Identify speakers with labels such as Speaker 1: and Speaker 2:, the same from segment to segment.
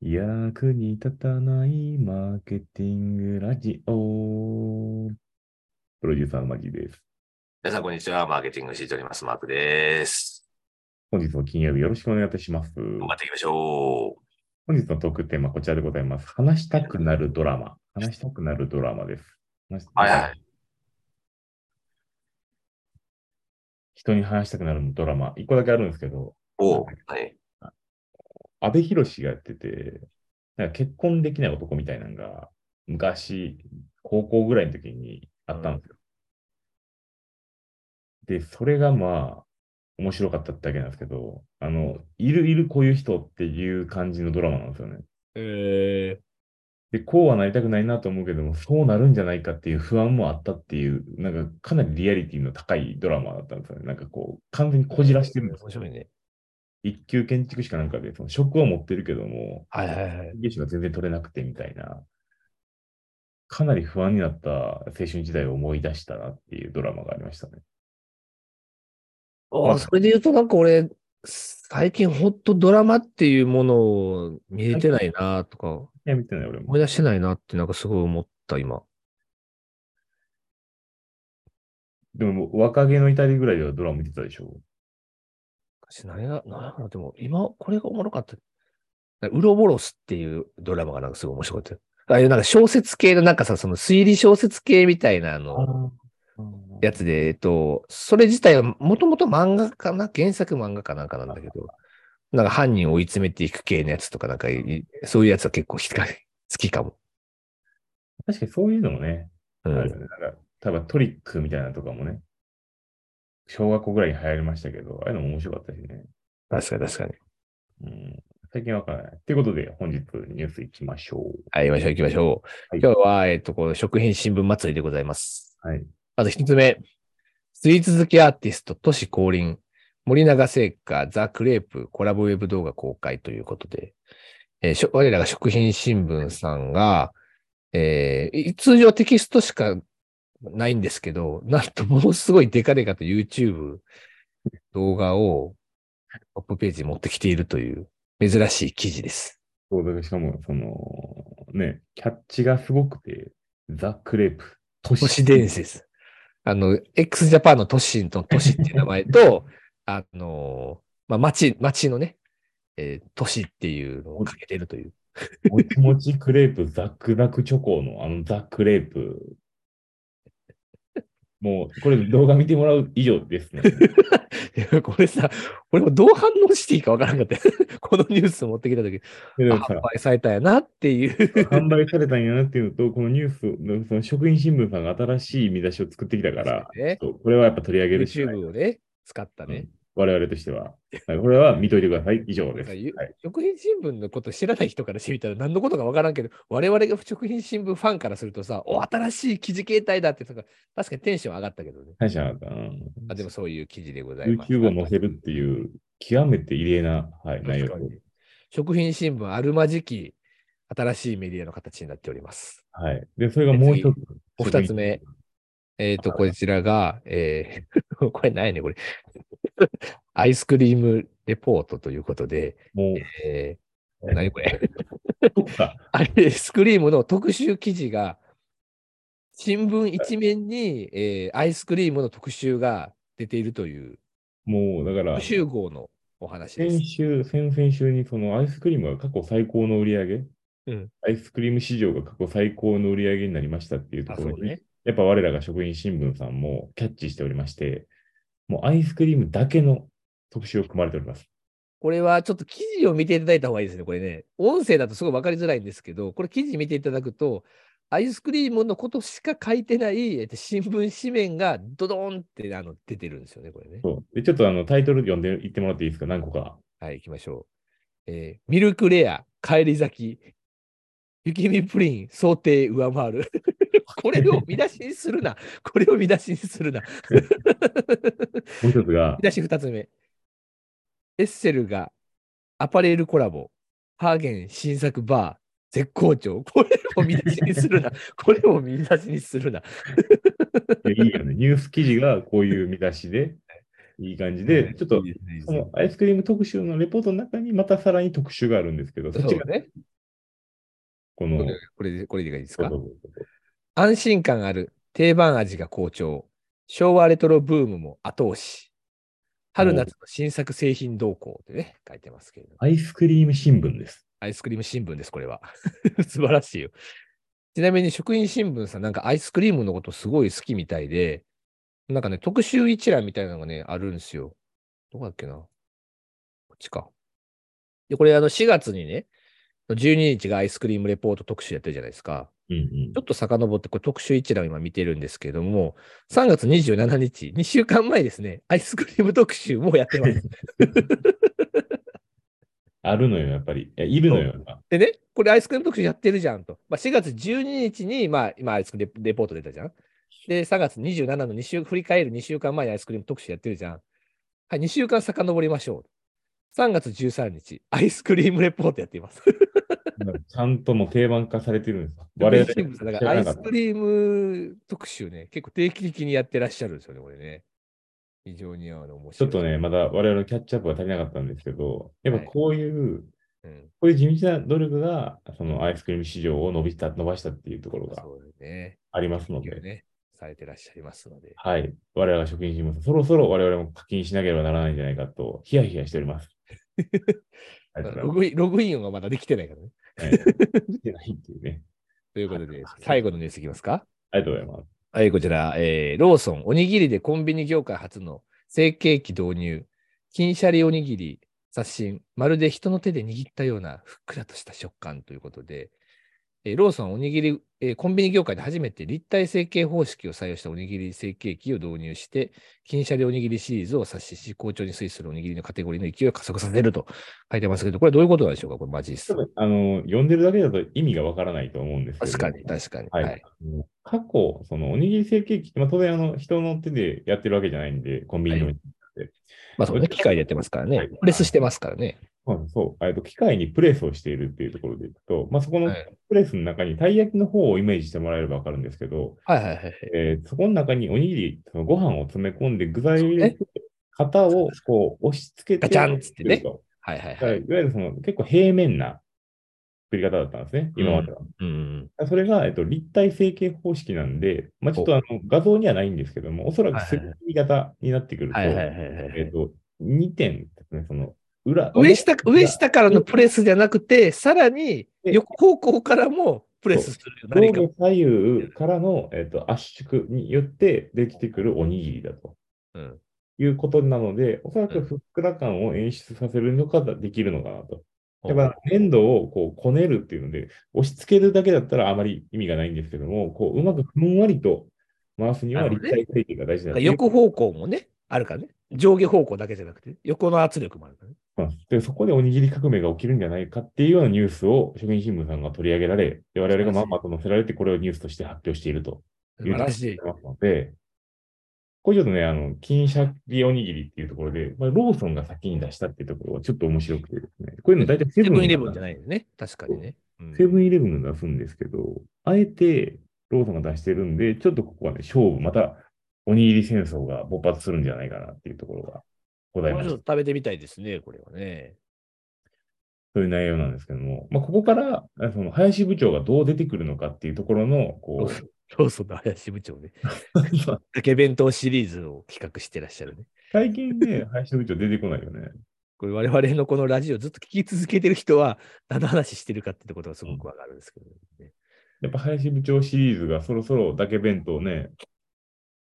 Speaker 1: 役に立たないマーケティングラジオ。プロデューサーのマギーです。
Speaker 2: 皆さん、こんにちは。マーケティングしております。マークです。
Speaker 1: 本日も金曜日よろしくお願いいたします。
Speaker 2: 頑張っていきましょう。
Speaker 1: 本日のトークテーマはこちらでございます。話したくなるドラマ。話したくなるドラマです。話した
Speaker 2: はいはい。
Speaker 1: 人に話したくなるドラマ。一個だけあるんですけど、
Speaker 2: おう。はい。
Speaker 1: 阿部寛がやってて、なんか結婚できない男みたいなのが、昔、高校ぐらいの時にあったんですよ。で、それがまあ、面白かったってだけなんですけど、あの、いるいるこういう人っていう感じのドラマなんですよね。
Speaker 3: え
Speaker 1: で、こうはなりたくないなと思うけども、そうなるんじゃないかっていう不安もあったっていう、なんかかなりリアリティの高いドラマだったんですよね。なんかこう、完全にこじらしてるんですよ
Speaker 3: 面白いね。
Speaker 1: 一級建築士かなんかで、その職は持ってるけども、
Speaker 3: はいはいはい。
Speaker 1: コミュニケーションが全然取れなくてみたいな、かなり不安になった青春時代を思い出したなっていうドラマがありましたね。
Speaker 3: ああ、それで言うとなんか俺、最近ほんとドラマっていうものを見れてないなとか、
Speaker 1: いや、見てない俺も
Speaker 3: 思い。出してないなってなんかすごい思った今。
Speaker 1: でももう若気の至りぐらいではドラマ見てたでしょ。
Speaker 3: 私何が、何やろな、でも今、これがおもろかった。なんかウロボロスっていうドラマがなんかすごい面白かった。ああいうなんか小説系のなんかさ、その推理小説系みたいなあの、やつで、えっと、それ自体はもともと漫画かな原作漫画かなんかなんだけど、なんか犯人を追い詰めていく系のやつとか、なんかい、そういうやつは結構好きか好きかも。
Speaker 1: 確かにそういうのもね、
Speaker 3: う
Speaker 1: ある
Speaker 3: ん。
Speaker 1: よねなんか、例えばトリックみたいなのとかもね、小学校ぐらいに流行りましたけど、ああいうのも面白かったしね。
Speaker 3: 確かに確かに。
Speaker 1: うん、最近わからない。ということで、本日ニュースいきましょ
Speaker 3: はい、行きましょう行きましょ
Speaker 1: は
Speaker 3: う。
Speaker 1: い
Speaker 3: 今日は、えっと、この食品新聞祭りでございます。
Speaker 1: う。はい。
Speaker 3: まず一つ目。スイーツ好きアーティスト、都市降臨。森永製菓、ザ・クレープ、コラボウェブ動画公開ということで、えーしょ我らが食品新聞さんが、えーい通常テキストしかないんですけど、なんとものすごいデカデカと YouTube 動画をトップページに持ってきているという珍しい記事です。
Speaker 1: そうだけどしかも、その、ね、キャッチがすごくて、ザ・クレープ、都
Speaker 3: 都市伝説。あの、x ジャパンの都市の都市っていう名前 と、あの、まあ、町、町のね、えー都市っていうのをかけてるという。
Speaker 1: もちもちクレープ、ザクザクチョコのあのザクレープ。もう、これ動画見てもらう以上 ですね。
Speaker 3: いやこれさ、俺もどう反応していいかわからなかった。 このニュースを持ってきたとき、
Speaker 1: でも
Speaker 3: あ販
Speaker 1: さ、
Speaker 3: 売されたんやなっていう。
Speaker 1: 販売されたんやなっていうのと、このニュースの、その職員新聞さんが新しい見出しを作ってきたから、
Speaker 3: ね、
Speaker 1: そうこれはやっぱ取り上げるしかない
Speaker 3: YouTube をね、使ったね。
Speaker 1: 我々としては。はいこれは見といてください。以上です。
Speaker 3: さ
Speaker 1: は
Speaker 3: ゆ
Speaker 1: い、
Speaker 3: 食品新聞のこと知らない人からしてみたら何のことかわからんけど、我々が食品新聞ファンからするとさ、お、新しい記事形態だってとか、確かにテンション上がったけどね。
Speaker 1: 感謝だな。
Speaker 3: あでもそういう記事でございます。
Speaker 1: YouTube を載せるっていう、極めて異例な、はい、内容
Speaker 3: 確かに食品新聞あるまじき新しいメディアの形になっております。
Speaker 1: はい。で、それがもう一つ。
Speaker 3: お二つ目。えっ、と、こちらが、えー これ何やねんこれ。アイスクリームレポートということで、
Speaker 1: も
Speaker 3: えー何これ。
Speaker 1: う、そっか。
Speaker 3: アイスクリームの特集記事が、新聞一面に、えーアイスクリームの特集が出ているという、
Speaker 1: もう、だから
Speaker 3: 特、集号のお話です
Speaker 1: 先。週、先々週にそのアイスクリームが過去最高の売り上げ、
Speaker 3: うん
Speaker 1: アイスクリーム市場が過去最高の売り上げになりましたっていうと
Speaker 3: あ、
Speaker 1: こ
Speaker 3: そ
Speaker 1: ろ
Speaker 3: う
Speaker 1: に、
Speaker 3: ね。
Speaker 1: やっぱ我らが職員新聞さんもキャッチしておりまして、もうアイスクリームだけの特集を組まれております。
Speaker 3: これはちょっと記事を見ていただいた方がいいですね、これね。音声だとすごい分かりづらいんですけど、これ記事見ていただくと、アイスクリームのことしか書いてない、えっと、新聞紙面がドドーンってあの出てるんですよね、これね。
Speaker 1: そうでちょっとあのタイトル読んでいってもらっていいですか、何個か。
Speaker 3: はい、行きましょう。えーミルクレア、帰り咲き、雪見プリン、想定上回る。 これを見出しにするな。 これを見出しにするな。
Speaker 1: もう一つが
Speaker 3: 見、出し2つ目。エッセルがアパレルコラボ、ハーゲン新作バー、絶好調。これを見出しにする な。これを見出しにするな。
Speaker 1: いやいいよね、ニュース記事がこういう見出しで、いい感じで、ちょっと
Speaker 3: いいですねいいで
Speaker 1: そ
Speaker 3: すね
Speaker 1: のアイスクリーム特集のレポートの中にまたさらに特集があるんですけど、そっ
Speaker 3: そ
Speaker 1: ち
Speaker 3: う
Speaker 1: が
Speaker 3: ね。
Speaker 1: この、
Speaker 3: これで、これでいいですか
Speaker 1: そうそうそうそう
Speaker 3: 安心感ある定番味が好調。昭和レトロブームも後押し。春夏の新作製品動向ってね、書いてますけれども。
Speaker 1: アイスクリーム新聞です。
Speaker 3: アイスクリーム新聞です、これは。 素晴らしいよ。ちなみに食品新聞さん、なんかアイスクリームのことすごい好きみたいで、なんかね、特集一覧みたいなのがね、あるんですよ。どこだっけな。こっちか。で、これあの4月にね、12日がアイスクリームレポート特集やってるじゃないですか。
Speaker 1: うんうん
Speaker 3: ちょっと遡って、これ特集一覧を今見てるんですけれども、3月27日、2週間前ですね、アイスクリーム特集もうやってます。
Speaker 1: あるのよ、やっぱり。いやいるのよ。やっぱ
Speaker 3: でね、これアイスクリーム特集やってるじゃんと。まあ、4月12日に、まあ、今アイスクリームレポート出たじゃん。で、3月27の2週、振り返る2週間前にアイスクリーム特集やってるじゃん。はい、2週間遡りましょう。3月13日、アイスクリームレポートやって います。
Speaker 1: ちゃんともう定番化されてるんです。
Speaker 3: で シンプルだから
Speaker 1: 知ら
Speaker 3: ア
Speaker 1: な
Speaker 3: イ
Speaker 1: かっ
Speaker 3: ス
Speaker 1: た
Speaker 3: クリーム特集ね、結構定期的にやってらっしゃるんですよね、これね。非常にあの面
Speaker 1: ちょ
Speaker 3: 白
Speaker 1: っ
Speaker 3: い。
Speaker 1: とね、まだ我々のキャッチアップが足りなかったんですけど、やっぱこういう、
Speaker 3: うん、
Speaker 1: こういう地道な努力が、そのアイスクリーム市場を伸びした、伸ばしたっていうところが
Speaker 3: そうですね。
Speaker 1: ありますの
Speaker 3: 研究
Speaker 1: で、
Speaker 3: ね、されてらっしゃいますので。
Speaker 1: はい。我々が職員事務所、そろそろ我々も課金しなければならないんじゃないかと、ヒヤヒヤしており ます。ありがとう
Speaker 3: ロ
Speaker 1: ござい
Speaker 3: グインログインがまだできてないからね。
Speaker 1: ます。はいしてないっていうね。
Speaker 3: ということで
Speaker 2: はい、
Speaker 3: 最後のニュースいきますか。
Speaker 1: ありがとうございます。
Speaker 3: はい、こちら、えーローソン、おにぎりでコンビニ業界初の成形機導入、金シャリおにぎり、刷新、まるで人の手で握ったようなふっくらとした食感ということで、えーローソン、おにぎり、えーコンビニ業界で初めて立体成形方式を採用したおにぎり成形機を導入して、金シャリおにぎりシリーズを刷新し、好調に推移するおにぎりのカテゴリーの勢いを加速させると書いてますけど、これはどういうことなんでしょうか、これマジっす
Speaker 1: 多。分あの、読んでるだけだと意味がわからないと思うんですけど、
Speaker 3: 確かに、確かに。
Speaker 1: はい。
Speaker 3: はい。
Speaker 1: 過去、そのおにぎり成形機って、まあ、当然あの人の手でやってるわけじゃないんで、コンビニの、
Speaker 3: はまあ、そうね、機械でやってますから
Speaker 1: は
Speaker 3: ね
Speaker 1: い。
Speaker 3: プレスしてますからね。
Speaker 1: まあそう、えっと機械にプレスをしているっていうところでいくと、まあ、そこの
Speaker 3: はい
Speaker 1: プレスの中にたい焼きの方をイメージしてもらえればわかるんですけど、
Speaker 3: はいはいはいはい。
Speaker 1: えーそこの中におにぎり、そのご飯を詰め込んで具材を入れて、型をこう押し付けて、
Speaker 3: ガチャンっつってね
Speaker 1: 作ると
Speaker 3: はいはい
Speaker 1: だか
Speaker 3: は
Speaker 1: ら
Speaker 3: い。
Speaker 1: いわゆるその結構平面な作り方だったんですね、今までは。
Speaker 3: うん。
Speaker 1: それが、えっと、立体成形方式なんで、まあ、ちょっとあの画像にはないんですけども、おそらく
Speaker 3: はいはい
Speaker 1: 3D 型になってくると、
Speaker 3: はいはいはい
Speaker 1: えっと、2点ですね、その裏。
Speaker 3: 上下、上下からのプレスじゃなくて、さらに横方向からもプレスする
Speaker 1: 上
Speaker 3: 何か
Speaker 1: 下。左右からの、えっと、圧縮によってできてくるおにぎりだと
Speaker 3: うん
Speaker 1: いうことなので、おそら
Speaker 3: う
Speaker 1: く
Speaker 3: ん
Speaker 1: ふっくら感を演出させるのができるのかなと。やっ
Speaker 3: は
Speaker 1: ぱ粘土をこうこねるっていうので、押し付けるだけだったらあまり意味がないんですけども、こううまくふんわりと回すには
Speaker 3: なるほ
Speaker 1: 立
Speaker 3: どね
Speaker 1: 体成形が大事なん
Speaker 3: い
Speaker 1: ですね
Speaker 3: 横方向もね、あるからね。上下方向だけじゃなくて、横の圧力もあるからね。
Speaker 1: うんで、そこでおにぎり革命が起きるんじゃないかっていうようなニュースを職員新聞さんが取り上げられ、で我々がまんまと載せられて、これをニュースとして発表していると
Speaker 3: 素晴らしい
Speaker 1: い。うことになってますので、これちょっとね、あの、金シャリおにぎりっていうところで、まあ、ローソンが先に出したっていうところはちょっと面白くてですね、こういうの大体セ
Speaker 3: セブンイレブンじゃ
Speaker 1: ない
Speaker 3: ないよね。確かにね。うん
Speaker 1: セブンイレブンが出すんですけど、あえてローソンが出してるんで、ちょっとここはね、勝負、またおにぎり戦争が勃発するんじゃないかなっていうところがご
Speaker 3: こ
Speaker 1: ざい
Speaker 3: れ
Speaker 1: ま
Speaker 3: ち
Speaker 1: した
Speaker 3: ょっと。食べてみたいですね、これはね。
Speaker 1: という内容なんですけども、まあ、ここから、あその林部長がどう出てくるのかっていうところの、こう、
Speaker 3: ローソンの林部長ね。竹弁当シリーズを企画してらっしゃるね。
Speaker 1: 最近ね、林部長出てこないよね。
Speaker 3: これ我々のこのラジオずっと聞き続けてる人は何の話してるかってことがすごくわかるんですけどね。
Speaker 1: やっぱ林部長シリーズがそろそろだけ弁当ね、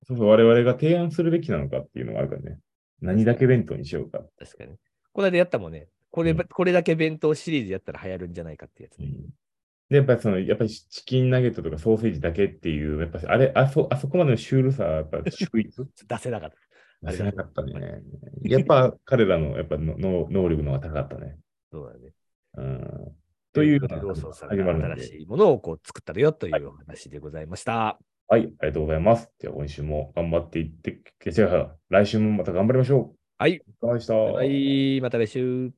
Speaker 1: そうそう我々が提案するべきなのかっていうのがあるからね。何だけ弁当にしようか。
Speaker 3: 確かに。この間やったもんね。これ,、
Speaker 1: うん
Speaker 3: これだけ弁当シリーズやったら流行るんじゃないかってやつ
Speaker 1: う
Speaker 3: ね。
Speaker 1: んで、やっぱりその、やっぱりチチキンナゲットとかソーセージだけっていう、やっぱりあれ、あそ、あそこまでのシュールさは、やっぱ秀 逸
Speaker 3: 出せなかった。
Speaker 1: 出せなかったね。 やっぱ彼らの、やっぱのの能力の方が高かったね。
Speaker 3: そうだね。
Speaker 1: うんというような
Speaker 3: ローソンさん
Speaker 1: 始まる
Speaker 3: が
Speaker 1: ので
Speaker 3: 新しいものをこう作ったよというお話でございました。
Speaker 1: はい、ありがとうございます。じゃあ、今週も頑張っていって、違う、来週もまた頑張りましょう。
Speaker 3: はい。
Speaker 1: お疲れ様でした。
Speaker 3: はい、また来週。